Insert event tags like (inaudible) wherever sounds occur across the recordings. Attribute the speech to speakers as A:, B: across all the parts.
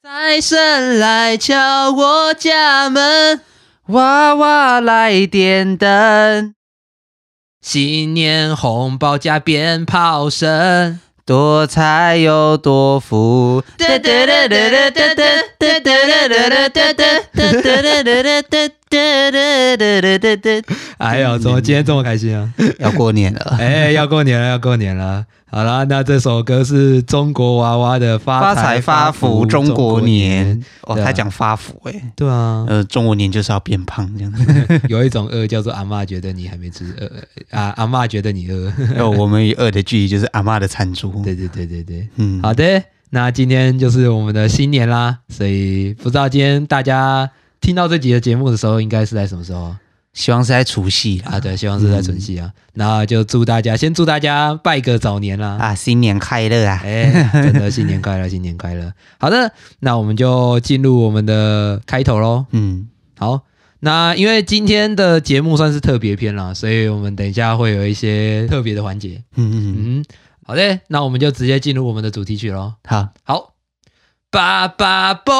A: 财神来敲我家门，娃娃来点灯。新年红包加鞭炮声，
B: 多财又多福。
A: 哒哒哒哒哒哒哒哒哒哒哒哒
C: 哎呦，怎么今天这么开心啊？
B: 要过年了，
C: 哎，要过年了，要过年了。好啦，那这首歌是中国娃娃的发
B: (laughs) 发财
C: 财
B: 发福
C: 福
B: 中国年。哦，
C: 对啊
B: 他讲发福哎、
C: 对啊，
B: 呃，中国年就是要变胖 (laughs) 这样子。
C: (laughs) 有一种饿叫做阿嬷觉得你还没吃饿啊，阿嬷觉得你饿。 (laughs)
B: 然后哦我们与恶的距离就是阿妈的餐桌。
C: 对对对对对，
B: 嗯，
C: 好的，那今天就是我们的新年啦，所以不知道今天大家听到这集的节目的时候，应该是在什么时候
B: 希望是在除夕啦
C: 啊？对，希望是在春夕啊。那就祝大家先祝大家拜个早年啦。 (laughs)
B: 啊，新年快乐啊！
C: 哎，真的新年快乐，新年快乐！好的，那我们就进入我们的开头喽。
B: 嗯，
C: 好，那因为今天的节目算是特别篇啦，所以我们等一下会有一些特别的环节。
B: 嗯嗯，嗯
C: 嗯，好嘞，那我们就直接进入我们的主题曲喽。
B: 好，
C: 好，爸爸 b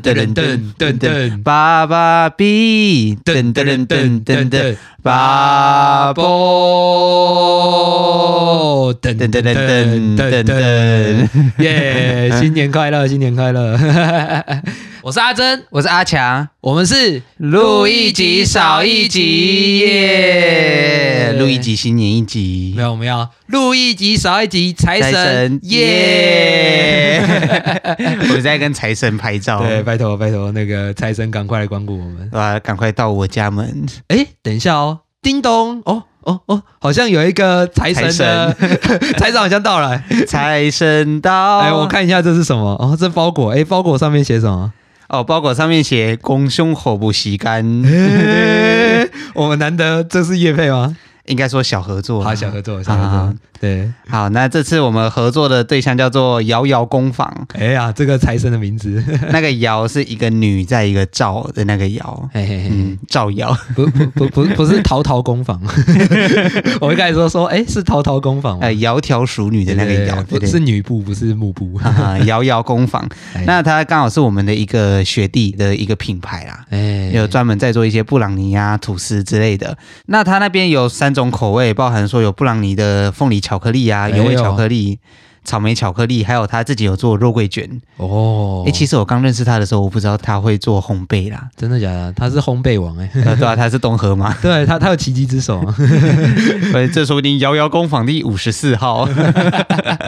C: 噔噔噔
B: 噔噔
C: 噔
B: 噔噔噔，
C: 噔。
B: 爸爸比，
C: 噔噔
B: 噔噔
C: 噔
B: 噔噔
C: 噔
B: 噔
C: 噔
B: 噔，，
C: 爸爸
B: 爸爸
C: 噔噔噔噔
B: 噔噔噔
C: 噔噔，
B: 噔噔，
C: 耶！新年快乐，新年快乐！我是阿珍，
B: 我是阿强，
C: 我们是
B: 录一集少一集耶，录一，集新年一集
C: 没，有，我们要录一集少一集，财
B: 财
C: 神
B: 神耶！ (laughs) 我在跟财神拍
C: (laughs)
B: 照，
C: 对，拜托拜托，那个财神赶快来光顾我们。
B: 哇，赶快到我家门， (laughs)
C: 哎，等一下哦，叮咚，哦哦哦，好像有一个财神的 (laughs) 财神好像到
B: (laughs)
C: 了。
B: 财神到！
C: 哎，我看一下这是什么？哦，这包裹，哎，包裹上面写什
B: (laughs)
C: 么？
B: 哦，包裹上面写“公胸口不吸干”， (laughs)
C: 哎我们难得这是叶配吗？
B: 应该说小合作啦。
C: 好，小合作，小
B: 啊
C: 合
B: 啊
C: 作，对。
B: 好，那这次我们合作的对象叫做“瑶瑶工 (laughs) 坊
C: 哎呀，这个财神的名字，”，
B: 那个“瑶”是一个女在一个“赵”的那个“瑶
C: 嘿嘿”，嘿，
B: 嗯，赵瑶。
C: (laughs) 不不不不不是淘淘工坊， (laughs) 我一开始说说，哎，是淘淘工坊吗
B: 呃，窈窕淑女的那个“瑶”，
C: 不
B: 对对
C: 是女部，不是幕部。
B: 啊， (laughs) 瑶瑶工坊
C: 哎，
B: 那它刚好是我们的一个学弟的一个品牌啦。
C: 哎，
B: 有专门在做一些布朗尼啊、吐司之类的。那它那边有三种口味，包含说有布朗尼的凤梨巧克力啊、
C: 哎呦
B: 原味巧克力、草莓巧克力，还有他自己有做肉桂卷。
C: 哦。
B: 哎、，其实我刚认识他的时候，我不知道他会做烘焙啦
C: (laughs) 真的假的？他是烘焙王哎，
B: 呃对啊，他是东河嘛，
C: (laughs) 对他他有奇迹之手啊。
B: 呃这说不定瑶瑶工坊第五十
C: (laughs)
B: 四号。
C: (laughs)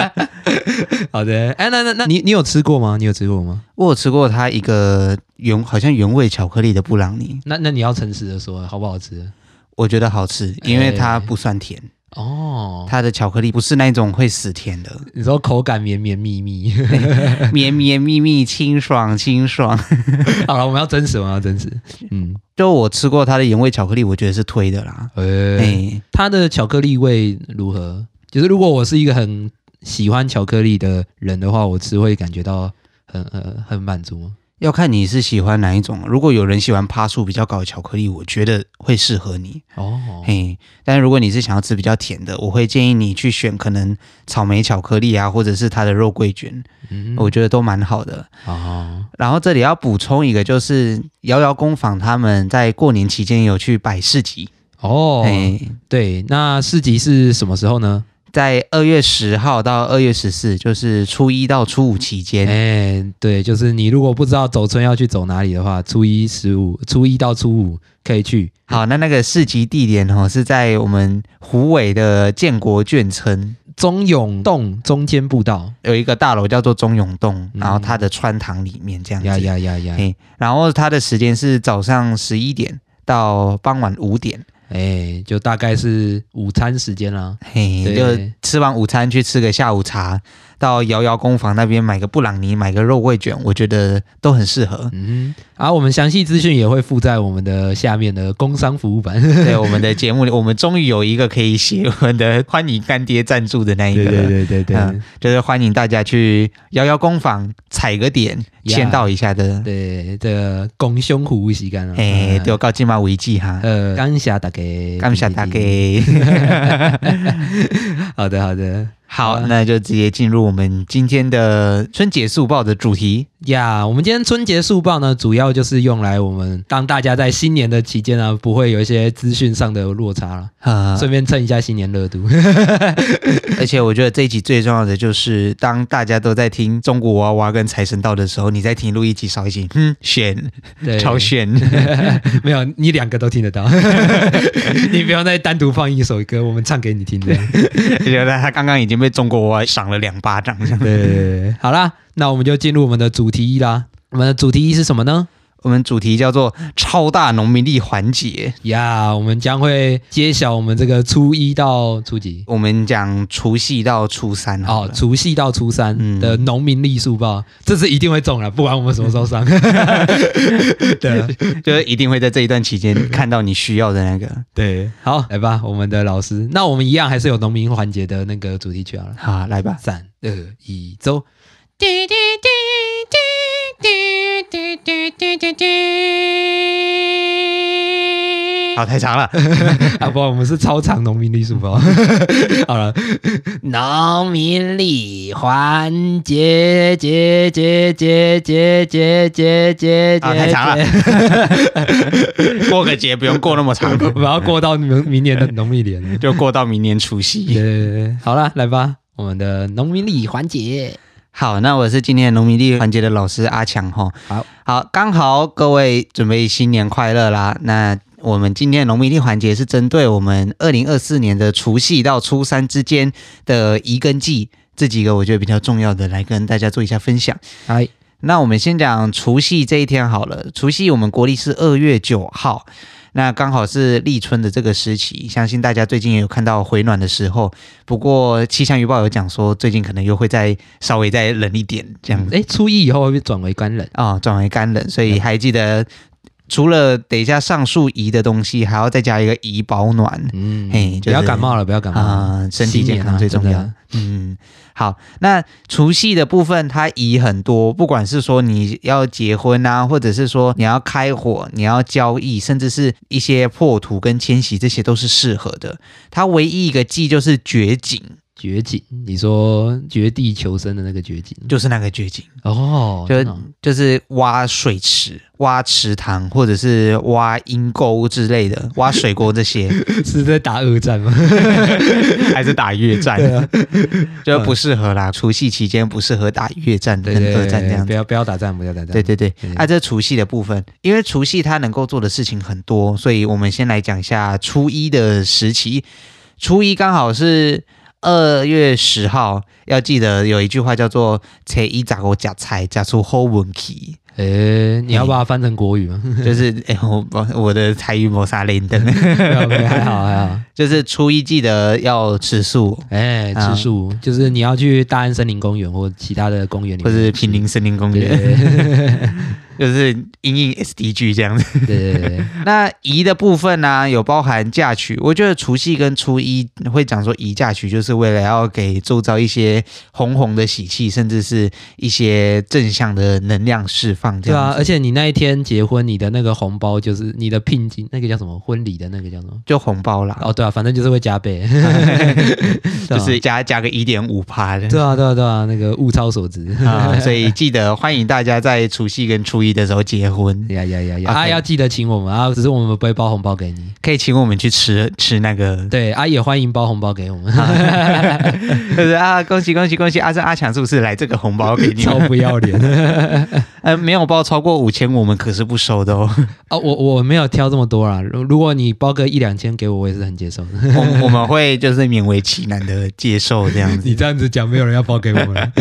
C: 好的，哎，那那那你你有吃过吗？你有吃过吗？
B: 我有吃过他一个原好像原味巧克力的布朗尼，
C: 那那你要诚实的说，好不好吃？
B: 我觉得好吃，因
C: 哎
B: 为它不算甜，
C: 哦，
B: 它的巧克力不是那种会死甜的， (laughs)
C: 你说口感绵绵密 (laughs) 密。
B: 绵绵密密、清爽清爽。
C: 好了，我们要真实，我们要 (laughs) 真实。嗯，
B: 就我吃过它的原味巧克力，我觉得是推的啦。哎、
C: 哎，它的巧克力味如何？就是如果我是一个很喜欢巧克力的人的话，我吃会感觉到很呃很满足吗？
B: 要看你是喜欢哪一种。如果有人喜欢趴数比较高的巧克力，我觉得会适合你。
C: 哦，
B: 嘿，但是如果你是想要吃比较甜的，我会建议你去选可能草莓巧克力啊，或者是它的肉桂卷，
C: 嗯
B: 我觉得都蛮好的。
C: 哦，
B: 然后这里要补充一个，就是瑶瑶工坊他们在过年期间有去摆市集，
C: 哦，
B: 哎，
C: 对，那市集是什么时候呢？
B: 在二月十号到二月十四，就是初一到初五期间。
C: 哎，对，就是你如果不知道走村要去走哪里的话，初一十五，初一到初五可以去。
B: 好，那那个市集地点哦，是在我们湖尾的建国眷村，
C: 中永洞中间步道，
B: 有一个大楼叫做中永洞，
C: 嗯
B: 然后它的穿堂里面这样子。
C: 呀呀呀呀，
B: 嘿然后它的时间是早上十一点到傍晚五点，
C: 哎，就大概是午餐时间啦。
B: 嘿，
C: 对
B: 就吃完午餐去吃个下午茶，到瑶瑶工坊那边买个布朗尼，买个肉桂卷，我觉得都很适合。
C: 嗯哼，啊，我们详细资讯也会附在我们的下面的工商服务版。 (laughs)
B: 对我们的节目里，我们终于有一个可以写我们的欢迎干爹赞助的 (laughs) 那一个了。
C: 对对对
B: 嗯就是欢迎大家去瑶瑶工坊踩个点，
C: 呀
B: 签到一下的。
C: 对，这个拱胸虎无时间啊，
B: 哎，
C: 嗯
B: 对，我告今嘛为止哈，
C: 呃，感谢大家，
B: 感谢大家。 (laughs)
C: (laughs) 好的，好的，
B: 好，那就直接进入我们今天的春节速报的主题。
C: 呀我们今天春节速报呢，主要就是用来我们当大家在新年的期间啊，不会有一些资讯上的落差了，
B: 呃，
C: 顺便蹭一下新年热度。
B: (laughs) 而且我觉得这一集最重要的就是，当大家都在听中国娃娃跟财神到的时候，你在听录一集少一集，嗯，炫，
C: 对，
B: 超 (laughs) 炫，
C: (laughs) 没有，你两个都听得
B: (laughs)
C: 到，你不用再单独放一首歌，我们唱给你听
B: (laughs)
C: 这样。
B: 觉得他刚刚已经被中国娃娃赏了两巴掌。这样
C: 对，好啦，那我们就进入我们的主题一啦。我们的主题一是什么呢？
B: 我们主题叫做超大农民力环节，
C: 呀、我们将会揭晓我们这个初一到初几
B: 我们讲除夕到初三好
C: 哦
B: 了，，
C: 除夕到初三
B: 嗯
C: 的农民历数报，这次一定会中了，不管我们什么时候上。对
B: 就是一定会在这一段期间看到你需要的那个。
C: 对，好，来吧，我们的老师，那我们一样还是有农民环节的那个主题曲好了。
B: 好，来吧。
C: 三二一，走！
D: 滴滴滴滴滴滴滴滴滴。
B: 好，太长了。
C: 啊，不，我们是超长农民历数包。 (laughs) 好了，农民历环节节节节节节节节节，
B: 啊，太长了。
C: (laughs)
B: (laughs) 过个节不用过那么长，
C: 我要过到明明年的农历年了。
B: 就过到明年
C: (laughs)
B: 除夕。
C: 对，好了，来吧，我们的农民历环节。
B: 好，那我是今天的农民历环节的老师阿强哈。
C: 好，
B: 好，刚好各位准备新年快乐啦。那我们今天的农民历环节是针对我们二零二四年的除夕到初三之间的移耕季这几个我觉得比较重要的来跟大家做一下分享。
C: 哎，
B: 那我们先讲除夕这一天好了。除夕我们国历是二月九号，那刚好是立春的这个时期，相信大家最近也有看到回暖的时候。不过气象预报有讲说，最近可能又会再稍微再冷一点这样子
C: 哎，初一以后会被转为干冷。
B: 哦，转为干冷，所以还记得除了等一下上述宜的东西，还要再加一个宜保暖。
C: 嗯，
B: 嘿
C: 不要
B: 就是
C: 感冒了，不要感冒
B: 啊、身体健康最重要。。嗯，好，那除夕的部分它疑很多，不管是说你要结婚啊，或者是说你要开火、你要交易，甚至是一些破土跟迁徙，这些都是适合的。它唯一一个忌就是掘井，
C: 绝景，你说绝地求生的那个绝景
B: 就是那个掘井，
C: 哦，
B: 就
C: 真的哦
B: 就是挖水池、挖池塘，或者是挖阴沟之类的，挖水沟这些，
C: 是在打二战吗？
B: (laughs) 还是打越 (laughs) 战，啊就不适合啦。除夕期间不适合打越战
C: 对
B: 跟
C: 对
B: 二
C: 对
B: 战这样
C: 对，
B: 子
C: 不。要不要打仗，不要打仗。
B: 对对对
C: 对，
B: 啊，这除夕的部分，因为除夕它能够做的事情很多，所以我们先来讲一下初一的时期。初一刚好是二月十号，要记得有一句话叫做“初一咋个夹菜夹出好文 (laughs) 气
C: 诶，哎你要把它翻成国语吗？”，
B: (laughs) 就是哎、我我我的台语谋杀连 (laughs) 灯，
C: 没有没有还好还好。
B: 就是初一记得要吃素，
C: 哎，
B: 啊
C: 吃素就是你要去大安森林公园或其他的公园里
B: 或
C: 面吃，
B: 是平林森林公
C: 对。
B: 园，
C: 对对
B: (laughs) 就是因应 SDG 这样子。
C: 对对对对，
B: (laughs) 那宜的部分呢、有包含嫁娶。我觉得除夕跟初一会讲说宜嫁娶，就是为了要给周遭一些红红的喜气，甚至是一些正向的能量释放。这
C: 对
B: 样
C: 啊，
B: 子
C: 而且你那一天结婚，你的那个红包就是你的聘金，那个叫什么婚礼的那个叫什么？
B: 就红包啦，
C: 哦，对啊，反正就是会加 (laughs) 倍，对啊
B: 就是加加个一点五趴的。
C: 对啊对啊对啊，那个物超所值。 (laughs)
B: (laughs) 啊，所以记得欢迎大家在除夕跟初一的时候结婚，
C: 呀呀呀呀！
B: OK
C: 啊，要记得请我们啊，只是我们不会包红包给你。
B: 可以请我们去吃吃那个，
C: 对，啊，也欢迎包红包给我 (laughs) 们，
B: (laughs) 就是啊，恭喜恭喜恭喜！阿正阿强是不是来这个红包给你
C: 超
B: 们？
C: 不要脸
B: (laughs)
C: (laughs)
B: 呃，没有包超过五千，我们可是不收的哦。
C: 啊！我我没有挑这么多啦，如如果你包个一两千给我，我也是很接受的。
B: 我 (laughs) 们我们会就是勉为其难的接受这样子。
C: (laughs)
B: (laughs)
C: 你这样子讲，没有人要包给我们。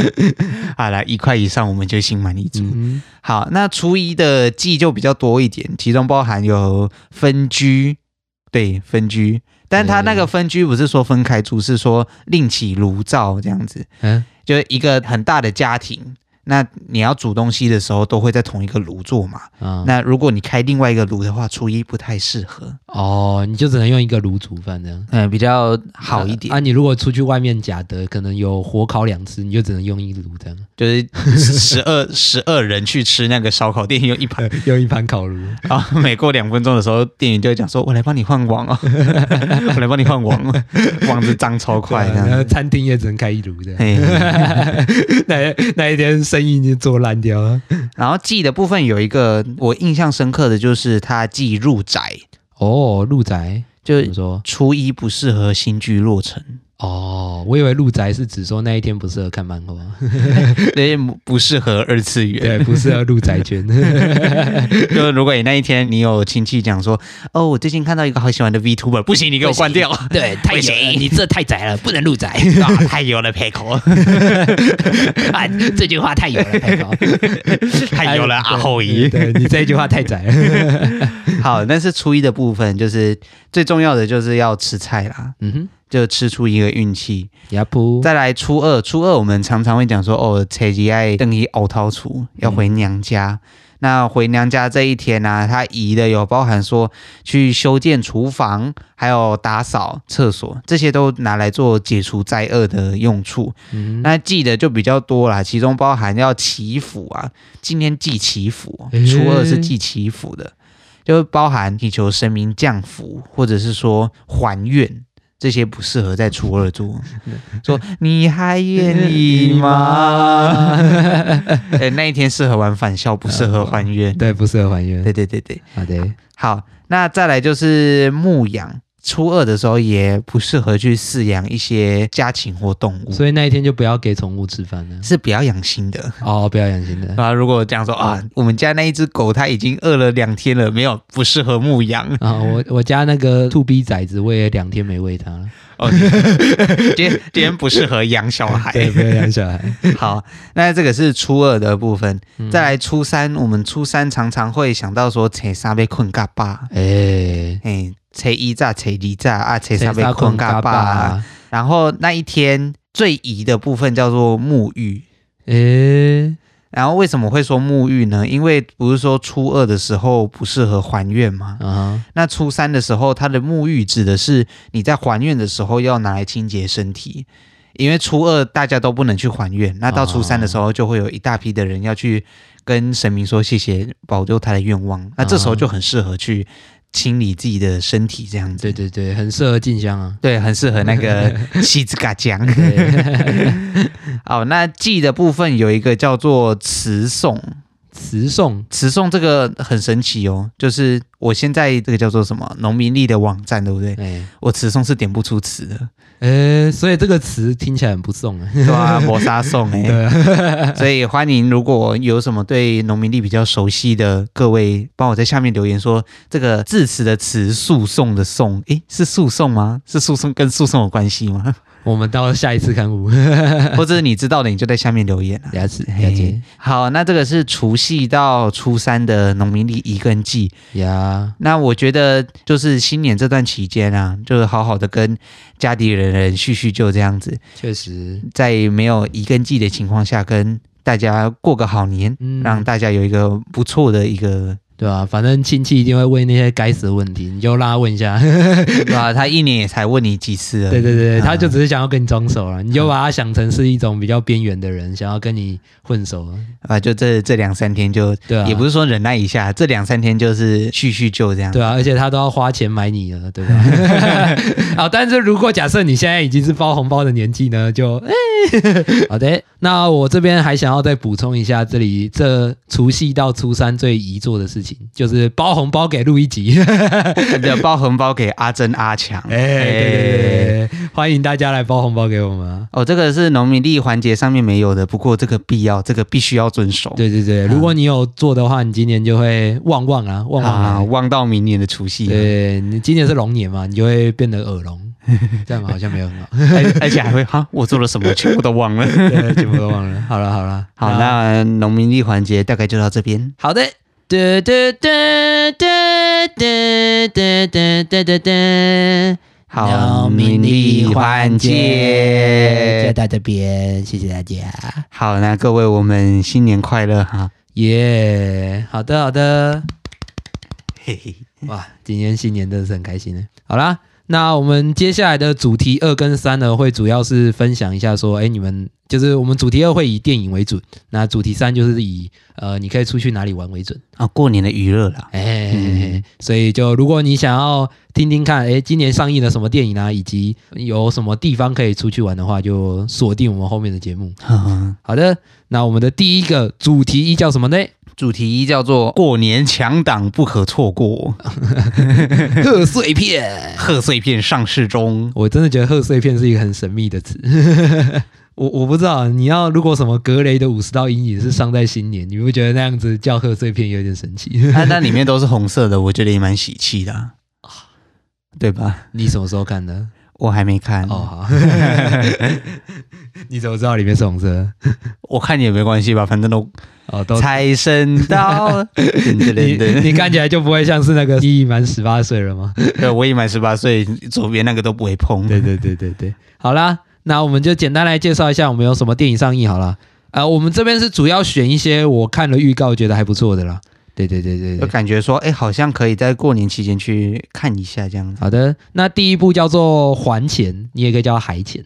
B: 好了，一块以上我们就心满意足。
C: (laughs) 嗯，
B: 好，那初一的祭就比较多一点，其中包含有分居，对分居，但他那个分居不是说分开住，是说另起炉灶这样子，
C: 嗯
B: 就是一个很大的家庭。那你要煮东西的时候，都会在同一个炉做嘛。
C: 啊，
B: 那如果你开另外一个炉的话，初一不太适合，
C: 哦，你就只能用一个炉煮饭这样。
B: 嗯，比较好一点
C: 啊！，你如果出去外面假的，可能有火烤两次，你就只能用一炉这样，
B: 就是十二十二人去吃那个烧烤店，用一盘
C: 用一盘烤炉。
B: 然后每过两分钟的时候，店员就会讲说：“我来帮你换网哦， (laughs) 我来帮你换网哦，网子脏超快
C: 对啊然后
B: 的。啊
C: 餐厅也只能开一炉这样。
B: 嘿”
C: (laughs) 那那一天，生意已经做烂掉了。
B: 然后祭的部分有一个我印象深刻的就是他祭入宅，
C: 哦，鹿宅
B: 就
C: 怎么说？
B: 初一不适合新居落成，
C: 哦，我以为鹿宅是指说那一天不适合看漫画，
B: 对，不适合二次
C: 对，
B: 元。
C: 不适合鹿宅圈。
B: 就如果你那一天你有亲戚讲说，哦，我最近看到一个好喜欢的 VTuber，不行，你给我关掉，
A: 对，太
B: 不行
A: 窄了，你这太窄了，不能入宅
B: 啊太油了，佩
C: (laughs)
B: 口，
A: 啊！这句话太有了，太
C: (laughs)
A: 高。
B: 太油了，阿后姨。
C: 对你这一句话太窄了。
B: 好，那是初一的部分，就是最重要的就是要吃菜啦，
C: 嗯哼，
B: 就吃出一个运气。
C: 雅普，
B: 再来初二，初二我们常常会讲说，哦，车吉爱邓姨熬掏出要回娘家。那回娘家这一天呢、啊，他移的有包含说去修建厨房，还有打扫厕所，这些都拿来做解除灾厄的用处。
C: 嗯哼，
B: 那记的就比较多啦，其中包含要祈福啊，今天祭祈福哦，
C: 诶
B: 初二是祭祈福的，就包含祈求神明降福，或者是说还愿。这些不适合在初二
C: (laughs)
B: 做，说你还愿意吗？呃，那一天适合玩返校，不适
C: 嗯
B: 合还愿。
C: (laughs) 对，不适合还原。啊
B: 对对对对，
C: 好的，
B: 好，那再来就是牧羊，初二的时候也不适合去饲养一些家禽或动物，
C: 所以那一天就不要给宠物吃饭
B: (laughs)
C: 了。
B: 是比较养心的。
C: 哦，不要养心的。
B: 啊，如果讲说啊，我们家那一只狗它已经饿了两天了，没有不适合牧羊
C: 啊，我我家那个兔逼崽子，我也两天没喂它了。
B: 哦，今天今天不适合养小
C: 对，
B: 孩。
C: 不要养小孩。
B: (laughs) 好，那这个是初二的部分，
C: 嗯
B: 再来初三，我们初三常常会想到说，扯三被困嘎巴，
C: 哎，
B: 哎，扯一炸，扯二炸啊，扯三被
C: 杀
B: 困
C: 困
B: 嘎
C: 嘎
B: 巴。
C: 巴。
B: 然后那一天最宜的部分叫做沐浴，
C: 哎，
B: 然后为什么会说沐浴呢？因为不是说初二的时候不适合还愿吗？
C: 啊，
B: 那初三的时候，它的沐浴指的是你在还愿的时候要拿来清洁身体，因为初二大家都不能去还愿，那到初三的时候就会有一大批的人要去跟神明说谢谢，保佑他的愿望。那这时候就很适合去清理自己的身体，这样子。
C: 对对对，很适合静香啊。
B: 对，很适合那个西子嘎酱。好，那祭的部分有一个叫做词颂，
C: 词颂
B: 词颂这个很神奇哦，就是我现在这个叫做什么农民力的网站，对不对？
C: 哎
B: 我词颂是点不出词的，
C: 哎，所以这个词听起来很不送啊。 (laughs)
B: 对吧、啊？磨砂颂哎、
C: 对
B: (laughs) 所以欢迎如果有什么对农民力比较熟悉的各位，帮我在下面留言说这个字词的词，诉讼的讼，诶，是诉讼吗？是诉讼跟诉讼有关系吗？
C: 我们到下一次刊物， (laughs)
B: 或者你知道的，你就在下面留言啊。
C: 牙齿牙
B: 嘿
C: 齿
B: 好，那这个是除夕到初三的农民历一跟记。
C: 牙，
B: 那我觉得就是新年这段期间啊，就是好好的跟家里人人叙叙旧这样子。
C: 确实，
B: 在没有一根记的情况下，跟大家过个好年，
C: 嗯
B: 让大家有一个不错的一
C: (laughs)
B: 个，
C: 对吧、反正亲戚一定会问那些该死的问题，你就让他问一
B: (laughs)
C: 下。
B: 对吧、他一年也才问你几次而已
C: 对对对，
B: 啊
C: 他就只是想要跟你装熟了，啊
B: 嗯
C: 你就把他想成是一种比较边缘的人，想要跟你混熟。
B: 啊，就这这两三天就，
C: 对啊
B: 也不是说忍耐一下，这两三天就是叙叙旧这样。
C: 对啊，而且他都要花钱买你了，对
B: (laughs)
C: 吧？ (laughs) 好，但是如果假设你现在已经是包红包的年纪呢，
B: (laughs)
C: 就好的。那我这边还想要再补充一下，这里这除夕到初三最宜做的事情，就是包红包给录一 (laughs) 集。
B: 对，包红包给阿珍阿强。哎
C: 哎、对对对对，对欢迎大家来包红包给我们啊！
B: 哦，这个是农民历环节上面没有的，不过这个必要，这个必须要遵守。
C: 对对对，如果你有做的话，你今年就会旺旺啊，旺旺
B: 啊，
C: 啊！
B: 望到明年的除夕，
C: 对你今年是龙年嘛，你就会变得耳 (laughs) 聋，这样好像没有很好，
B: (laughs) 而而且还会哈，我做了什么全部都忘
C: (laughs)
B: 了。
C: (laughs) 对，全部都忘了。好了好了，
B: 好，那农民历环节大概就到这边。
C: 好的，
A: 哒哒哒哒哒哒哒哒哒哒，
B: 好，民力环
A: 就
B: 节。
A: 到这边，谢谢大家。
B: 好，那各位，我们新年快乐哈！
C: 耶、好的好的，
B: 嘿嘿，
C: 哇，今天新年真的是很开心呢。好啦，那我们接下来的主题二跟三呢，会主要是分享一下说，哎，你们就是我们主题二会以电影为准，那主题三就是以呃你可以出去哪里玩为准。
B: 啊，过年的娱乐啦。
C: 哎、所以就如果你想要听听看，哎，今年上映了什么电影啊，以及有什么地方可以出去玩的话，就锁定我们后面的节目。
B: 哈哈
C: 好的，那我们的第一个主题一叫什么呢？
B: 主题一叫做“过年强档不可错过
C: 贺岁片”，。
B: 贺岁片上市中。
C: 我真的觉得贺岁片是一个很神秘的词， (laughs) 我我不知道你要如果什么格雷的五十道阴影是上在新年，你不觉得那样子叫贺岁片有点神奇？ (laughs)
B: 它哎啊那里面都是红色的，我觉得也蛮喜气的啊、对吧？
C: 你什么时候看的？
B: 我还没看，
C: 哦，好， (laughs) 你怎么知道里面是红色的？
B: 我看也没关系吧，反正都
C: 哦，都
B: 财神 (laughs) 到，等等
C: 你
B: 等
C: 你
B: 等，
C: 看起来就不会像是那个一满十八岁了吗？
B: 对我已满十八岁，左边那个都不会
C: (laughs)
B: 碰。
C: 对对对对对，好啦，那我们就简单来介绍一下我们有什么电影上映好了。呃，我们这边是主要选一些我看了预告觉得还不错的啦。对对对对
B: 就
C: 对，
B: 感觉说，哎，好像可以在过年期间去看一下这样 (laughs) 子，
C: 好的，那第一部叫做《还钱》，你也可以叫它《还钱》。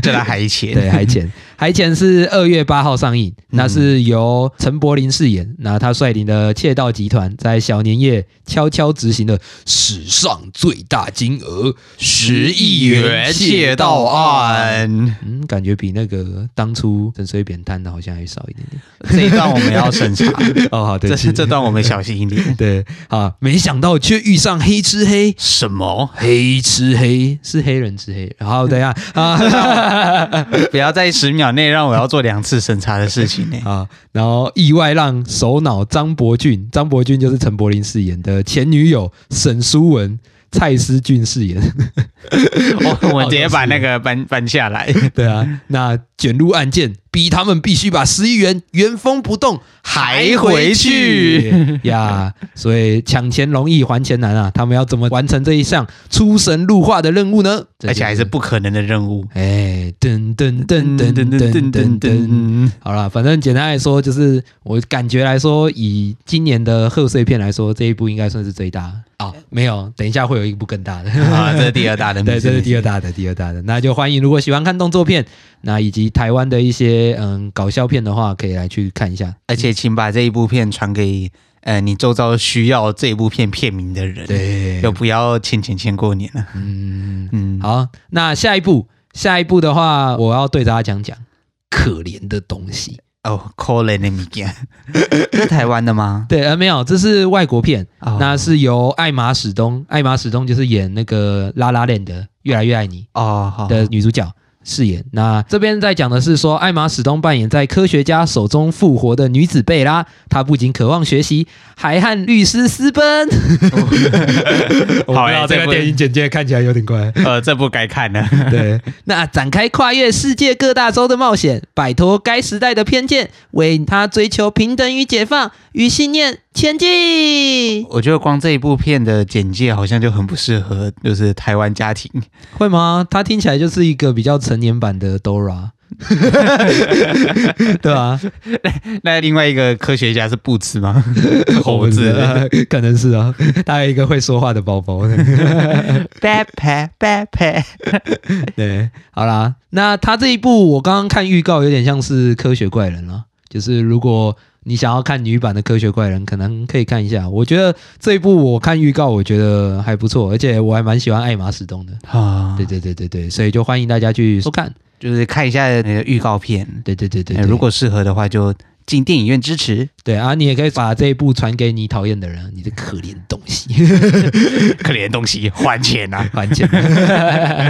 B: 就来海
C: (laughs)
B: 钱。
C: 对，《还 (laughs) 钱》，《嗯还钱》是二月八号上映，那是由陈柏霖饰演，那他率领的窃盗集团在小年夜悄悄执行了史上最大金额十亿元窃盗案。，嗯，感觉比那个当初陈水扁贪的好像还少一点点。
B: 这一段我们要 (laughs) 审查，
C: (laughs) 哦，好，对
B: 这
C: 不起，
B: 这段我们小心一
C: (laughs)
B: 点。
C: 对啊，没想到却遇上黑吃黑，
B: 什么？
C: 黑吃黑是黑人吃黑。然后等一下 (laughs) 啊
B: (laughs) 不要在十秒内让我要做两次审查的事情呢、
C: 啊，然后意外让首脑张伯俊，张伯俊就是陈柏霖饰演的前女友沈淑文。蔡思俊饰
B: (laughs)
C: 演，
B: (laughs) 哦我我直接把那个搬搬下来。
C: (laughs) 对啊，那卷入案件，逼他们必须把十亿元原封不动还回去呀。所以抢钱容易还钱难啊，他们要怎么完成这一项出神入化的任务呢？
B: 而且还是不可能的任务。
C: 哎，噔噔噔噔噔噔噔噔。
B: 噔， (laughs)
C: 好啦，反正简单来说，就是我感觉来说，以今年的贺岁片来说，这一部应该算是最大啊、没有，等一下会有一部更大的。
B: 啊，这是第二大的，
C: 对，这是第
B: 二。
C: 二大的，第二大的。那就欢迎，如果喜欢看动作片，那以及台湾的一些嗯搞笑片的话，可以来去看一下。
B: 而且，请把这一部片传给呃你周遭需要这一部片片名的人，，
C: 对
B: 就不要欠钱欠过年了。
C: 嗯，
B: 嗯，
C: 好，那下一步，下一步的话，我要对大家讲讲可怜的东西。
B: 哦，可怜的物 (laughs) 件，这是台湾的吗？
C: 对，呃，没有，这是外国片，
B: 哦
C: 那是由艾玛史东，艾玛史东就是演那个《拉拉链》的《越来越爱你
B: 哦，好》，
C: 的女主角饰演。那这边在讲的是说，艾玛史东扮演在科学家手中复活的女子贝拉，她不仅渴望学习，还和律师私 (laughs) 奔。
B: 好哎这部
C: 简介看起来有点
B: (laughs)
C: 怪。
B: 呃，这部该看了。
C: 对，那展开跨越世界各大洲的冒险，摆脱该时代的偏见，为她追求平等与解放与信念前进。
B: (laughs) 我觉得光这一部片的简介好像就很不适合，就是台湾家庭。
C: 会吗？它听起来就是一个比较成年版的
B: (laughs)
C: Dora，对啊，
B: 那另外一个科学家是布茨吗？ (laughs) 猴
C: 我不知
B: (laughs) 子。
C: 道， (laughs) 可能是啊，他有一个会说话的包
B: (laughs)
C: 包。
B: backpack backpack，
C: 对，好啦，那他这一部我刚刚看预告，有点像是科学怪人了，就是如果。你想要看女版的《科学怪人》，可能可以看一下。我觉得这一部我看预告，我觉得还不错，而且我还蛮喜欢艾玛·史东的。
B: 啊，
C: 对对对对对，所以就欢迎大家去收看。
B: 就是看一下那个预告片，
C: 对对对对
B: 呃
C: 对，
B: 如果适合的话就进电影院支持。
C: 对啊，你也可以把这一部传给你讨厌的人，你的可怜东西。
B: (laughs)
C: (laughs)
B: 可怜东西，还钱啊！
C: 还钱。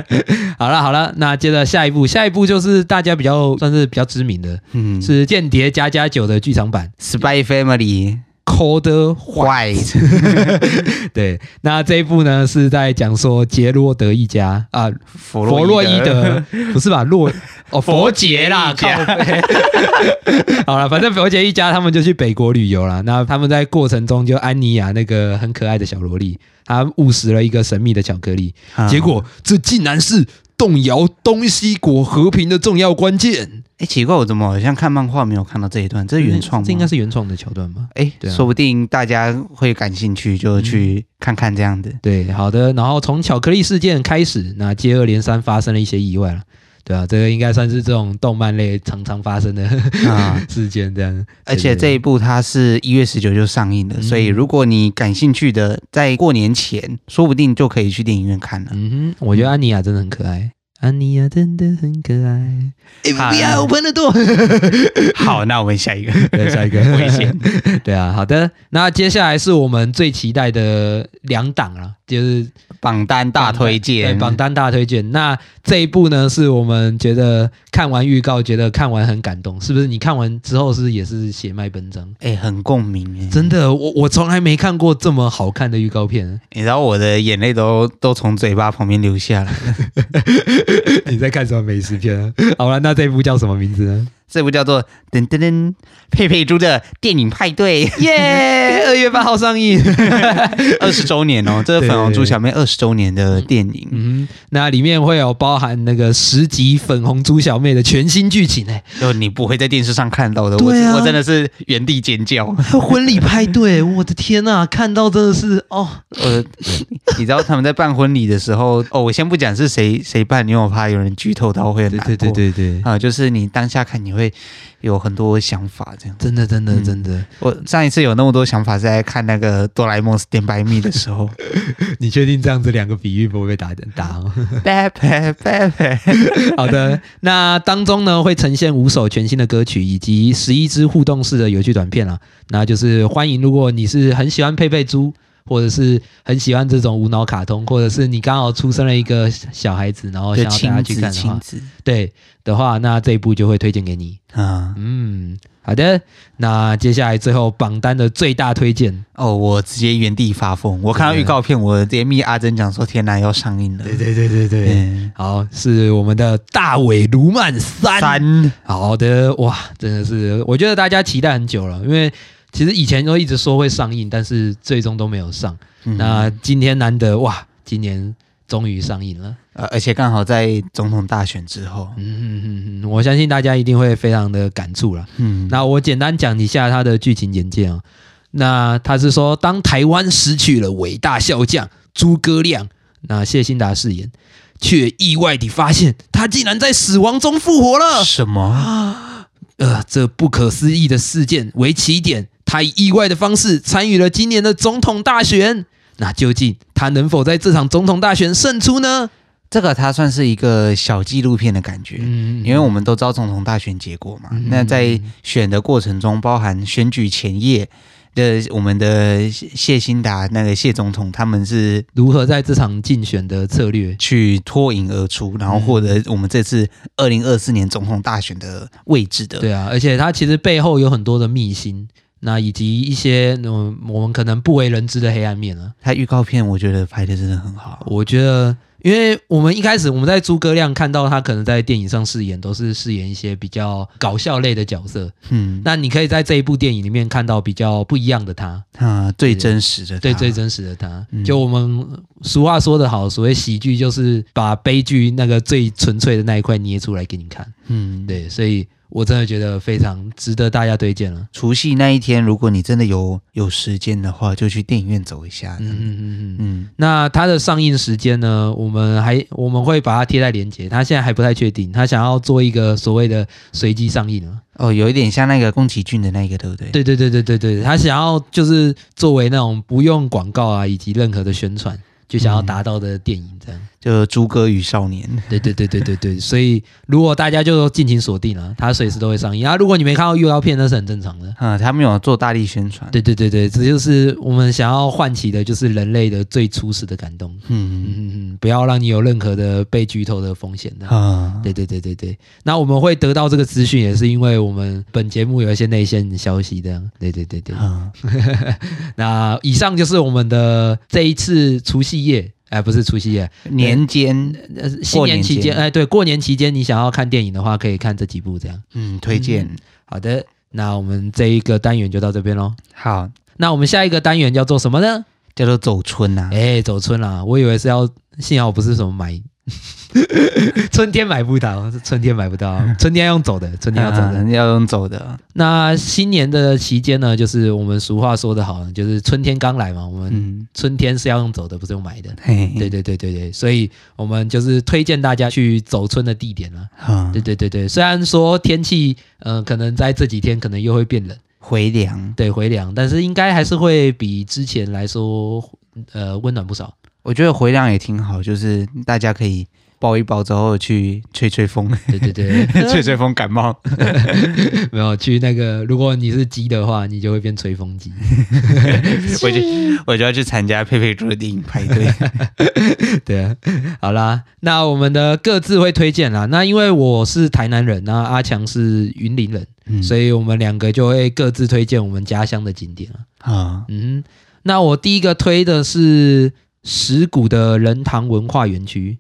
C: (laughs) 好了好了，那接着下一步，下一步就是大家比较算是比较知名的，
B: 嗯，是
C: 是《间谍加加九》的剧场版
B: Spy Family
C: 《Cold White》。
B: White
C: 对，那这一部呢是在讲说杰洛德一家啊，
B: (laughs) 弗
C: 弗洛伊德不是吧？ (laughs) 洛哦，佛杰啦，
B: (laughs) 佛杰一
C: 靠北。好了，反正佛杰一家他们就去北国旅游了。那他们在过程中，就安妮亚那个很可爱的小萝莉，她误食了一个神秘的巧克力，
B: 啊
C: 结果这竟然是动摇东西国和平的重要关键。
B: 哎，奇怪，我怎么好像看漫画没有看到这一段？嗯这是原创吗？
C: 这应该是原创的桥段吧？
B: 哎，
C: 对啊嗯
B: 说不定大家会感兴趣，就去看看这样子。
C: (laughs) 对，好的。然后从巧克力事件开始，那接二连三发生了一些意外了。对啊，这个应该算是这种动漫类常常发生的
B: 啊
C: 事件，这样。
B: 而且这一部它是一月十九就上映
C: 嗯
B: 了，所以如果你感兴趣的，在过年前说不定就可以去电影院
C: (laughs)
B: 看了。
C: 嗯哼，我觉得安妮亚真的很可爱，安妮亚真的很可爱。
B: FBI
C: open the door。
B: 好，那我们下一
C: (laughs)
B: 个
C: 对，下一个
B: 危险。
C: (laughs) 对啊，好的。那接下来是我们最期待的两档了，就是
B: 榜单大推
C: 对
B: 荐，
C: 榜单大推荐。那这一部呢，是我们觉得看完预告，觉得看完很感动，是不是？你看完之后是不是也是血脉奔张？
B: 哎、很共鸣哎，
C: 真的，我我从来没看过这么好看的预告片。
B: 你知道我的眼泪都都从嘴巴旁边流
C: (laughs)
B: 下来。
C: (laughs) 你在看什么美食片、啊？ (laughs) 好了，那这一部叫什么名字呢？
B: 这部叫做《噔噔噔佩佩猪的电影派对》 (laughs)
C: 耶，二月八号上映。
B: 二十周年哦，这是粉红猪小妹二十周年的电影，
C: 嗯，那里面会有包含那个十集粉红猪小妹的全新剧情 (laughs) 哎、
B: 就你不会在电视上看到的，我
C: 对啊
B: 我真的是原地尖
C: (laughs)
B: 叫。
C: 还有婚礼派对，我的天呐、看到真的是哦，
B: 呃， (laughs) 你知道他们在办婚礼的时候，哦，我先不讲是谁谁办，因为我怕有人剧透到会很难过
C: 对对，
B: 啊、就是你当下看你会有很多想法，这样。
C: 真的真的
B: 嗯
C: 真的，
B: 我上一次有那么多想法是在看那个《哆啦 A 梦 Stand by Me》的时
C: (laughs)
B: 候，
C: 你确定这样子两个比喻不会被打打哦？
B: 拜拜拜拜，
C: (laughs) 好的，那当中呢会呈现五首全新的歌曲以及十一支互动式的有趣短片啦。那就是欢迎，如果你是很喜欢佩佩猪，或者是很喜欢这种无脑卡通，或者是你刚好出生了一个小孩子，然后
B: 就
C: 想要带他
B: 亲
C: 去
B: 子
C: 看的话
B: 亲，子
C: 对的话，那这一部就会推荐给你。
B: 啊、
C: 嗯，好的，那接下来最后榜单的最大推荐，
B: 哦，我直接原地发疯，我看到预告片，我直接密阿珍讲说：“天哪，要上映了！”对对对对对，嗯、
C: 好，是我们的大尾卢曼三。
B: 三
C: 好的，哇，真的是，我觉得大家期待很久了，因为其实以前都一直说会上映，但是最终都没有上。
B: 嗯
C: 那今天难得哇，今年终于上映了，
B: 呃，而且刚好在总统大选之后，
C: 嗯嗯嗯嗯，我相信大家一定会非常的感触了。
B: 嗯，
C: 那我简单讲一下它的剧情简介啊。那他是说，当台湾失去了伟大笑匠诸葛亮，那谢欣达饰演，却意外地发现他竟然在死亡中复活了。
B: 什么？
C: 呃，这不可思议的事件为起点，他以意外的方式参与了今年的总统大选。那究竟他能否在这场总统大选胜出呢？
B: 这个它算是一个小纪录片的感觉。
C: 嗯
B: 因为我们都知道总统大选结果嘛，
C: 嗯
B: 那在选的过程中，包含选举前夜的我们的谢谢欣达那个谢总统，他们是
C: 如何在这场竞选的策略，
B: 去脱颖而出，
C: 嗯
B: 然后获得我们这次二零二四年总统大选的位置的。
C: 对啊，而且他其实背后有很多的秘辛，那以及一些嗯我们可能不为人知的黑暗面啊。
B: 他预告片我觉得拍的真的很好，
C: 我觉得，因为我们一开始我们在诸葛亮看到他可能在电影上饰演都是饰演一些比较搞笑类的角色，
B: 嗯，
C: 那你可以在这一部电影里面看到比较不一样的他。
B: 啊，最真实的他，
C: 对最真实的他，
B: 嗯
C: 就我们俗话说得好，所谓喜剧就是把悲剧那个最纯粹的那一块捏出来给你看。
B: 嗯，
C: 对，所以我真的觉得非常值得大家推荐了。
B: 除夕那一天，如果你真的有有时间的话，就去电影院走一下。
C: 嗯
B: 嗯
C: 嗯嗯嗯。
B: 嗯
C: 那它的上映时间呢？我们还我们会把它贴在链接，它现在还不太确定，它想要做一个所谓的随机上映啊。
B: 哦，有一点像那个宫崎骏的那个，对不对？，
C: 对对对对对对，他想要就是作为那种不用广告啊，以及任何的宣传，就想要
B: 嗯
C: 达到的电影这样。
B: 就《猪哥与少年》。
C: 对对对对对对，所以如果大家就尽情锁定了、它随时都会上映啊。如果你没看到预告片，那是很正常的。
B: 啊，他们有做大力宣传。，
C: 对对对对，这就是我们想要唤起的，就是人类的最初始的感动。嗯
B: 嗯
C: 嗯嗯，不要让你有任何的被剧透的风险的。
B: 啊，
C: 对对对对对，那我们会得到这个资讯，也是因为我们本节目有一些内线消息这样。对对对对，
B: 啊，
C: 那以上就是我们的这一次除夕夜，哎，不是除夕夜，
B: 年间，
C: 呃，新
B: 过年
C: 年期
B: 间
C: 间，哎，对，过年期间你想要看电影的话，可以看这几部这样。
B: 嗯，推荐。
C: 好的，那我们这一个单元就到这边喽。
B: 好，
C: 那我们下一个单元要做什么呢？哎
B: 叫做走春啊。
C: 哎，走春啦！我以为是要，幸好不是什么买 (laughs) 春天买不到，是春天买不
B: (laughs)
C: 到，春天要用走的，春天要走的。
B: 嗯要用走的，
C: 那新年的期间呢，就是我们俗话说的好，就是春天刚来嘛，我们
B: 嗯，
C: 春天是要用走的，不是用买的。
B: 嘿，
C: 对，对对对对，所以我们就是推荐大家去走春的地点啦。
B: 啊
C: 对，对对对，虽然说天气，呃，可能在这几天可能又会变冷，
B: 回凉，
C: 对，回凉，但是应该还是会比之前来说，呃，温暖不少。
B: 我觉得回凉也挺好，就是大家可以抱一抱之后去吹吹风，
C: 对对对， (laughs)
B: 吹吹风感冒，
C: 没有去那个，如果你是鸡的话，你就会变吹风机。
B: (laughs) 我就我就要去参加佩佩猪的电影排
C: (laughs)
B: 队，
C: (laughs) 对啊，好啦，那我们的各自会推荐啦。那因为我是台南人，那阿强是云林人，
B: 嗯
C: 所以我们两个就会各自推荐我们家乡的景点啊。
B: 啊，
C: 嗯哼，那我第一个推的是石鼓的仁堂文化园区，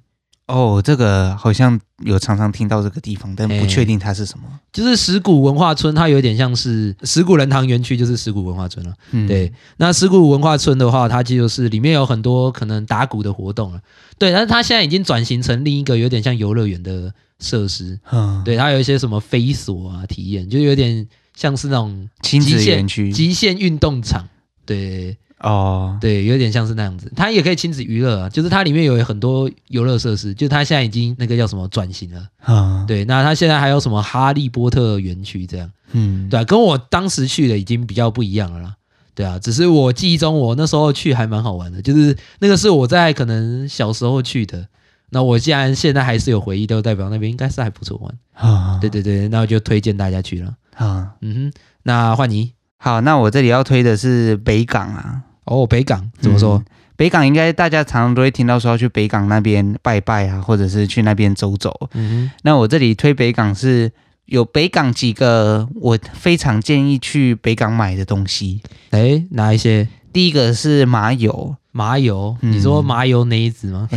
B: 哦，这个好像有常常听到这个地方，
C: 哎
B: 但不确定它是什么，
C: 就是石鼓文化村，它有点像是石鼓仁堂园区，就是石鼓文化村了、
B: 嗯，
C: 对，那石鼓文化村的话，它就是里面有很多可能打鼓的活动了。对，但是它现在已经转型成另一个有点像游乐园的设施。
B: 嗯，
C: 对，它有一些什么飞索啊体验，就有点像是那种
B: 亲
C: 极
B: 子
C: 限
B: 园区，
C: 极限运动场。对
B: 哦，
C: 对，有点像是那样子。它也可以亲子娱乐啊，就是它里面有很多游乐设施，就它现在已经那个叫什么转型了。
B: 啊，，
C: 对，那它现在还有什么哈利波特园区这样。
B: 嗯，
C: 对、啊，跟我当时去的已经比较不一样了啦。对啊，只是我记忆中我那时候去还蛮好玩的，就是那个是我在可能小时候去的。那我既然现在还是有回忆，都代表那边应该是还不错玩。
B: 啊，
C: 对对对，那我就推荐大家去了。
B: 啊。
C: 嗯哼，那换你
B: 好，那我这里要推的是北港啊。
C: 哦，北港怎么说
B: 嗯？北港应该大家常常都会听到说要去北港那边拜拜啊，或者是去那边走走。
C: 嗯哼，
B: 那我这里推北港是有北港几个我非常建议去北港买的东西。
C: 哎，哪一些
B: 第一个是麻
C: (laughs)
B: 油，
C: 麻油？
B: 嗯
C: 你说麻油那一子吗？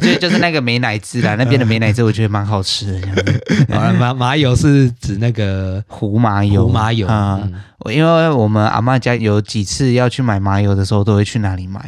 B: 所以就是那个美乃滋
C: 嗯
B: 啦，那边的美乃滋我觉得蛮好吃的这样子，
C: 好啦麻麻油是指那个
B: 胡麻油。
C: 胡麻油
B: 啊、
C: 嗯
B: 我因为我们阿妈家有几次要去买麻油的时候，都会去那里买。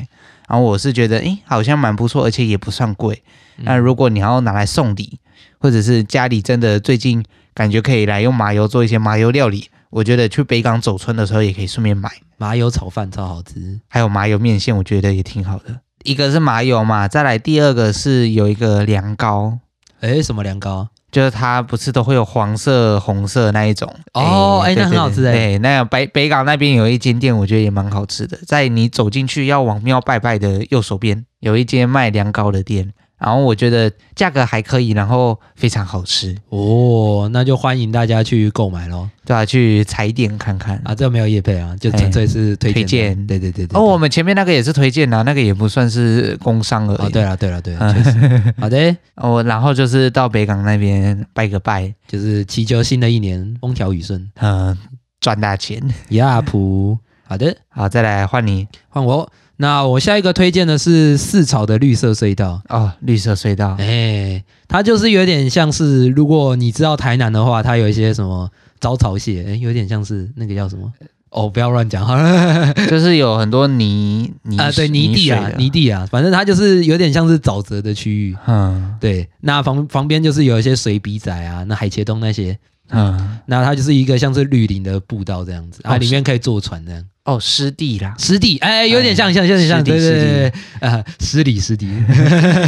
B: 然后我是觉得，诶，好像蛮不错，而且也不算贵。
C: 嗯
B: 那如果你要拿来送礼，或者是家里真的最近感觉可以来用麻油做一些麻油料理，我觉得去北港走村的时候也可以顺便买。
C: 麻油炒饭超好吃。
B: 还有麻油面线，我觉得也挺好的。一个是麻油嘛，再来第二个是有一个凉糕，
C: 哎，什么凉糕？
B: 就是它不是都会有黄色、红色那一种
C: 哦哎那
B: 对
C: 很
B: 对
C: 好吃哎
B: 对，那北北港那边有一间店，我觉得也蛮好吃的，在你走进去要往庙拜拜的右手边有一间卖凉糕的店，然后我觉得价格还可以，然后非常好吃，
C: 哦，那就欢迎大家去购买喽。
B: 对吧、去踩点看看。
C: 啊，这没有业配啊，就纯粹是推荐的。
B: 哎推荐
C: 对对对对。
B: 哦，我们前面那个也是推荐啊，那个也不算是工商而
C: 哦，
B: 已。
C: 对了对了对了，确
B: (laughs)
C: 实。好的，
B: 哦，然后就是到北港那边拜个拜，
C: 就是祈求新的一年风调雨顺。
B: 嗯、赚大钱。
C: 亚普，好的，
B: 好，再来换你
C: 换我。那我下一个推荐的是四草的绿色隧道。
B: 哦，绿色隧道。
C: 哎，它就是有点像是，如果你知道台南的话，它有一些什么招潮蟹，哎，有点像是那个叫什么？哦，不要乱讲好了。
B: (laughs) 就是有很多泥泥
C: 啊， (laughs) 对，泥地啊，泥
B: 泥水的
C: 地啊，反正它就是有点像是沼泽的区域。
B: 嗯
C: 对，那旁旁边就是有一些水笔仔啊，那海茄洞那些，
B: 嗯，
C: 那它就是一个像是绿林的步道这样子，啊，
B: 哦
C: 里面可以坐船这样，，
B: 哦，湿地啦
C: 湿地，哎，有点像，像，像，像，
B: 湿地
C: 对对对，对啊，湿地，湿地，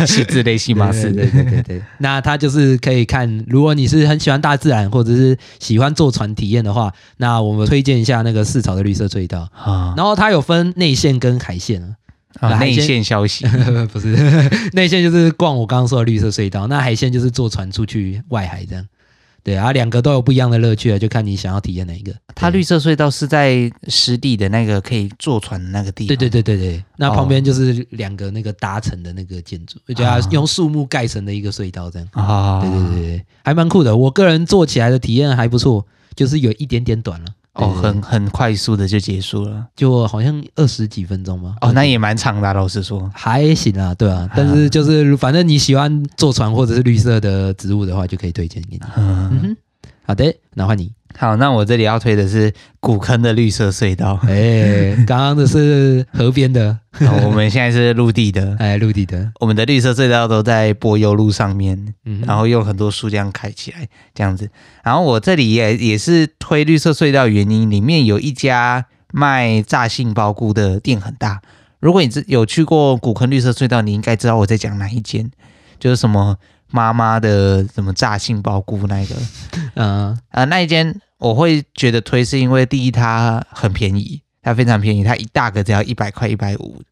B: 是字类西马
C: 对
B: 斯
C: 对对对
B: (laughs)
C: 对，那它就是可以看，如果你是很喜欢大自然或者是喜欢坐船体验的话，那我们推荐一下那个四草的绿色隧道，
B: 啊，
C: 然后它有分内线跟海线啊，
B: 啊
C: 海
B: 内
C: 鲜
B: 线消息
C: (laughs) 不是内线就是逛我刚刚说的绿色隧道，那海线就是坐船出去外海这样。对啊，两个都有不一样的乐趣啊，就看你想要体验哪一个。
B: (laughs) 它绿色隧道是在湿地的那个可以坐船的那个地
C: 对
B: 方，
C: 对对对对，那旁
B: 哦
C: 边就是两个那个搭成的那个建筑，我觉得它用树木盖成的一个隧道这样。
B: 啊，
C: 对对对对，还蛮酷的。我个人做起来的体验还不错，就是有一点点短了。
B: 哦，
C: 对
B: 很很快速的就结束了，
C: 就好像二十几分钟吧。
B: 哦，那也蛮长的啊，老实说，
C: 还行啊，对啊。但是就是反正你喜欢坐船或者是绿色的植物的话，就可以推荐给你。嗯
B: 嗯， (laughs)
C: 哼，好的，那换你。，
B: 好，那我这里要推的是古坑的绿色隧道 (laughs)
C: 哎，刚刚的是河边的，
B: 好我们现在是陆地的，
C: 哎，陆地的，
B: 我们的绿色隧道都在柏油路上面，
C: 嗯
B: 然后用很多树这样开起来，这样子。然后我这里也也是推绿色隧道的原因，里面有一家卖炸杏鲍菇的店很大。如果你知有去过古坑绿色隧道，你应该知道我在讲哪一间，就是什么妈妈的什么炸杏鲍菇那个。
C: 嗯，
B: 呃，那一间我会觉得推，是因为第一它很便宜，它非常便宜，它一大个只要一百块一百五，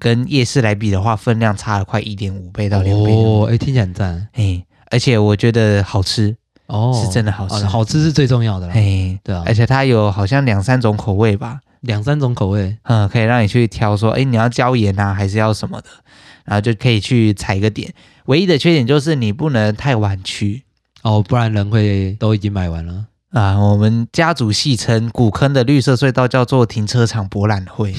B: 跟夜市来比的话，分量差了快一点五倍到两倍。
C: 哦，
B: 哦，
C: 哎，听起来很赞，
B: 哎，而且我觉得好吃，
C: 哦，
B: 是真的好吃
C: 哦好吃是最重要的啦，
B: 哎，
C: 对啊
B: 而，且它有好像两三种口味吧，
C: 两三种口味，
B: 嗯，可以让你去挑说，哎，你要椒盐啊，还是要什么的，然后就可以去踩个点。唯一的缺点就是你不能太晚去。
C: 哦，不然人会都已经买完
B: (laughs)
C: 了，
B: 啊、我们家族戏称古坑的绿色隧道叫做停车场博览
C: (laughs)
B: 会。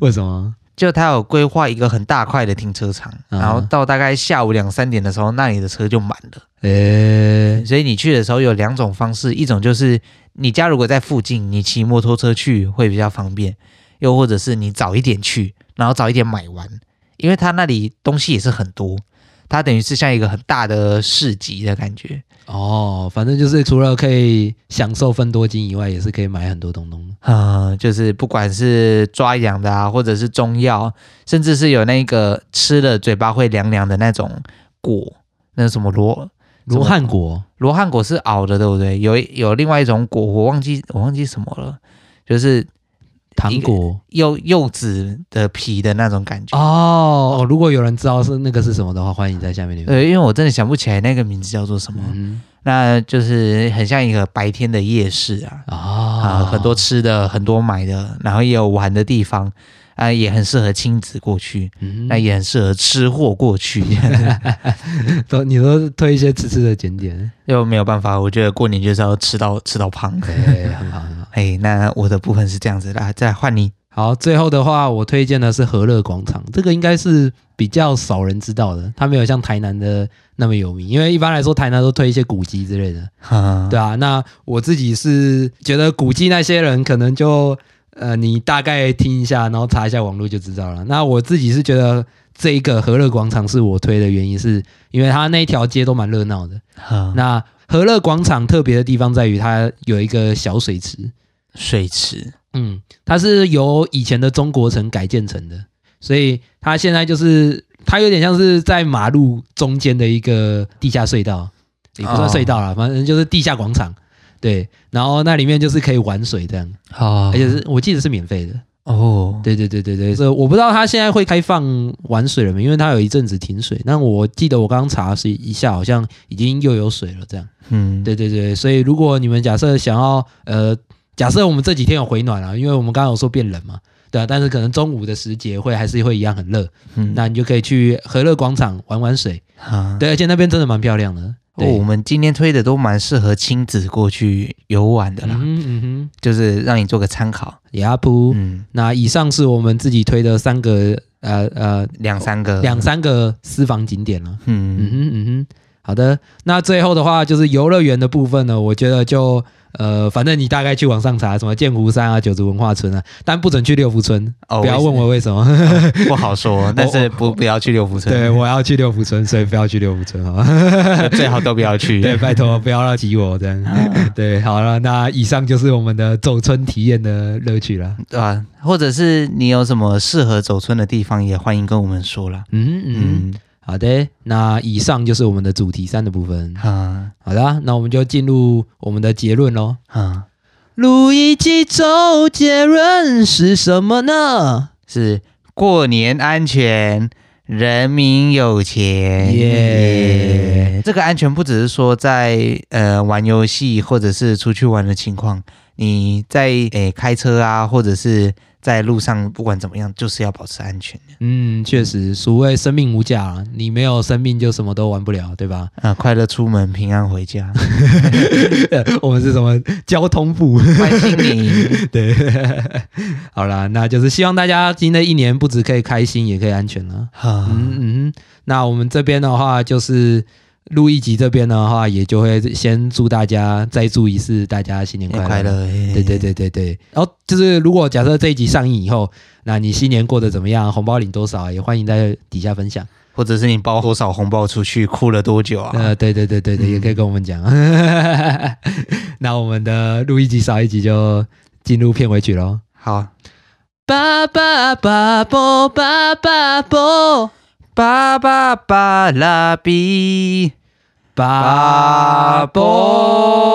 C: 为什么？
B: 就他有规划一个很大块的停车场，
C: 嗯
B: 然后到大概下午两三点的时候，那里的车就满了。
C: 哎，
B: 所以你去的时候有两种方式，一种就是你家如果在附近，你骑摩托车去会比较方便；又或者是你早一点去，然后早一点买完，因为他那里东西也是很多，它等于是像一个很大的市集的感觉。
C: 哦，反正就是除了可以享受分多金以外，也是可以买很多东东。
B: 呃，就是不管是抓痒的啊，或者是中药，甚至是有那个吃了嘴巴会凉凉的那种果，那什么罗
C: 罗汉果
B: 罗汉果是熬的，对不对？有有另外一种果，我忘记我忘记什么了，就是
C: 糖果
B: 柚柚子的皮的那种感觉。
C: 哦哦，如果有人知道是那个是什么的话，欢迎在下面留言。
B: 呃，因为我真的想不起来那个名字叫做什么，
C: 嗯
B: 那就是很像一个白天的夜市啊，啊、
C: 啊，
B: 很多吃的，很多买的，然后也有玩的地方，啊、也很适合亲子过去。
C: 嗯
B: 那也很适合吃货过去， (laughs)
C: 都你都推一些吃吃的景点，
B: 又没有办法，我觉得过年就是要吃到吃到胖。
C: (laughs) 哎，很好很好。
B: 哎，那我的部分是这样子啦，再来换你。
C: 好，最后的话，我推荐的是和乐广场，这个应该是比较少人知道的，它没有像台南的那么有名，因为一般来说台南都推一些古迹之类的。
B: 嗯，
C: 对啊，那我自己是觉得古迹那些人可能就呃，你大概听一下，然后查一下网络就知道了。那我自己是觉得这一个和乐广场是我推的原因，是因为它那一条街都蛮热闹的。
B: 嗯，
C: 那和乐广场特别的地方在于它有一个小水池，
B: 水池，
C: 嗯，它是由以前的中国城改建成的，所以它现在就是它有点像是在马路中间的一个地下隧道，也不算
B: 哦
C: 隧道啦，反正就是地下广场。对，然后那里面就是可以玩水这样，
B: 哦
C: 而且是我记得是免费的。
B: 哦，
C: 对对对对对，所以我不知道它现在会开放玩水了没，因为它有一阵子停水。那我记得我刚刚查是一下，好像已经又有水了这样。
B: 嗯，
C: 对对对，所以如果你们假设想要呃，假设我们这几天有回暖啊，因为我们刚刚有说变冷嘛，对啊，但是可能中午的时节会还是会一样很热，
B: 嗯，
C: 那你就可以去和乐广场玩玩水，
B: 啊，
C: 对，而且那边真的蛮漂亮的，
B: 哦，
C: 对，
B: 我们今天推的都蛮适合亲子过去游玩的
C: 嗯
B: 啦，
C: 哼嗯哼，
B: 就是让你做个参考。
C: 也阿普。
B: 嗯，
C: 那以上是我们自己推的三个呃呃
B: 两三个，
C: 两，三个私房景点了。嗯
B: 嗯
C: 哼嗯哼，好的。那最后的话就是游乐园的部分呢，我觉得就呃，反正你大概去网上查什么剑湖山啊、九族文化村啊，但不准去六福村，
B: 哦
C: 不要问我为什 (laughs) 么。
B: (laughs) 不
C: (laughs)
B: 好说，但是不不要去六福
C: 对，
B: 村，
C: 我要去六福村，所以不要去六福村啊。 (laughs)
B: (laughs) 最好都不要去。
C: 对，拜托不要让挤我这样。对，好了，那以上就是我们的走村体验的乐趣了。
B: (laughs) 对吧？或者是你有什么适合走村的地方，也欢迎跟我们说啦。
C: 嗯嗯，
B: 嗯
C: 好的，那以上就是我们的主题三的部分。
B: 啊
C: 好啦，那我们就进入我们的结论喽。
B: 啊，
C: 路一起走，结论是什么呢？
B: 是过年安全，人民有钱。
C: 耶
B: 这个安全不只是说在呃玩游戏或者是出去玩的情况，你在诶、开车啊，或者是在路上，不管怎么样，就是要保持安全
C: 嗯，确实，所谓生命无价啊，你没有生命就什么都玩不了，对吧？ (laughs)
B: 啊、快乐出门，平安回家。
C: 我们是什么交通部？ (laughs)
B: 关心你，
C: 对， (laughs) 好啦，那就是希望大家新的一年不止可以开心，也可以安全了。
B: 啊
C: 嗯嗯，那我们这边的话就是。录一集这边的话，也就会先祝大家再祝一次大家新年快乐。
B: 嗯快乐，
C: 对对对对对，然后就是如果假设这一集上映以后，那你新年过得怎么样？红包领多少？也欢迎在底下分享。
B: 或者是你包多少红包出去，哭了多久啊？
C: 呃，对对对对对，也可以跟我们讲。那我们的录一集少一集就进入片尾曲喽。
B: 好，
A: 巴巴巴波巴巴波，
B: 巴巴巴拉比，
C: 巴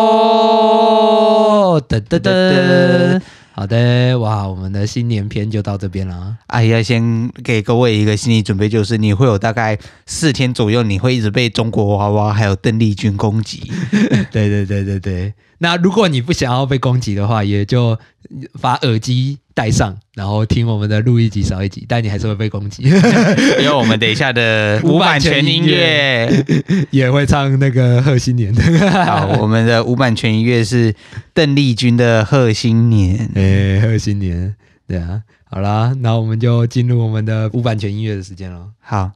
C: 波，噔噔噔。好的，哇，我们的新年篇就到这边了。
B: 哎呀，先给各位一个心理准备，就是你会有大概四天左右，你会一直被中国娃娃还有邓丽君攻击。
C: 对对对对对。那如果你不想要被攻击的话，也就把耳机戴上，然后听我们的录一集少一集，但你还是会被攻击，
B: 因为我们等一下的
C: 无
B: 无
C: 版
B: 版
C: 权
B: 权
C: 音
B: 音乐，
C: 也会唱那个贺新年的。
B: 好，我们的无版权音乐是邓丽君的《贺新年》。
C: 哎，贺新年，对啊，好啦，那我们就进入我们的无版权音乐的时间喽。
B: 好，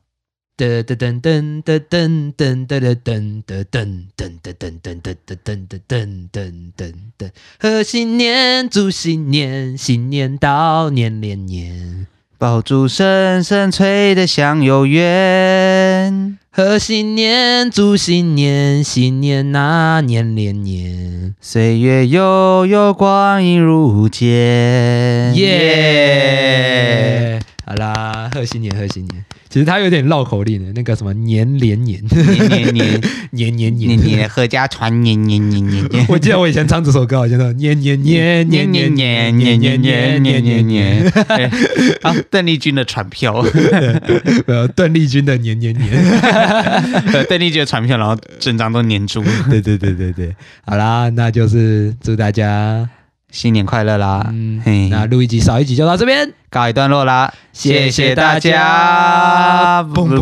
C: 噔噔噔噔噔噔噔噔噔噔噔噔噔噔噔噔噔噔噔噔噔噔噔，贺新年，祝新年，新年到，年连年。
B: 爆竹声声吹得像有缘，
C: 贺新年，祝新年，新年呐、年连年。
B: 岁月悠悠，光阴如箭。
C: 耶、好啦，贺新年，贺新年。其实它有点绕口令的，那个什么年连年，
B: 年年年
C: (laughs) 年年
B: 年
C: 年。
B: 年合家团年年年年年。
C: (laughs) 我记得我以前唱这首歌，好像都年年年年年年年年年年年 (laughs) 年，
B: 哎啊！邓丽君的船票，
C: 呃，邓丽君的年年年。
B: 呃邓丽君的船票，然后整张都粘住。
C: (laughs) 对对对对对，好啦，那就是祝大家，
B: 新年快乐啦！
C: 嗯
B: 嘿，
C: 那录一集少一集就到这边。
B: 告一段落啦，
C: 谢
B: 谢
C: 谢
B: 谢
C: 大
B: 大
C: 家
B: 家。嘣嘣嘣嘣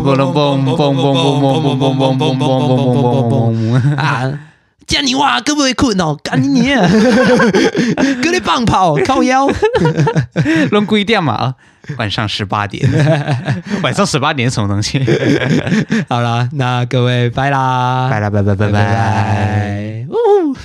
B: 嘣嘣嘣嘣嘣嘣嘣嘣嘣
C: 啊，叫你哇，可不可以困哦？干你 (laughs) 娘，给你棒跑，靠 (laughs) 腰。
B: 嘣，弄规定嘛啊！晚上十八点，晚上十八点是什么东西？
C: 好啦，那各位拜啦，
B: 拜啦拜拜拜拜。
C: 拜，呜。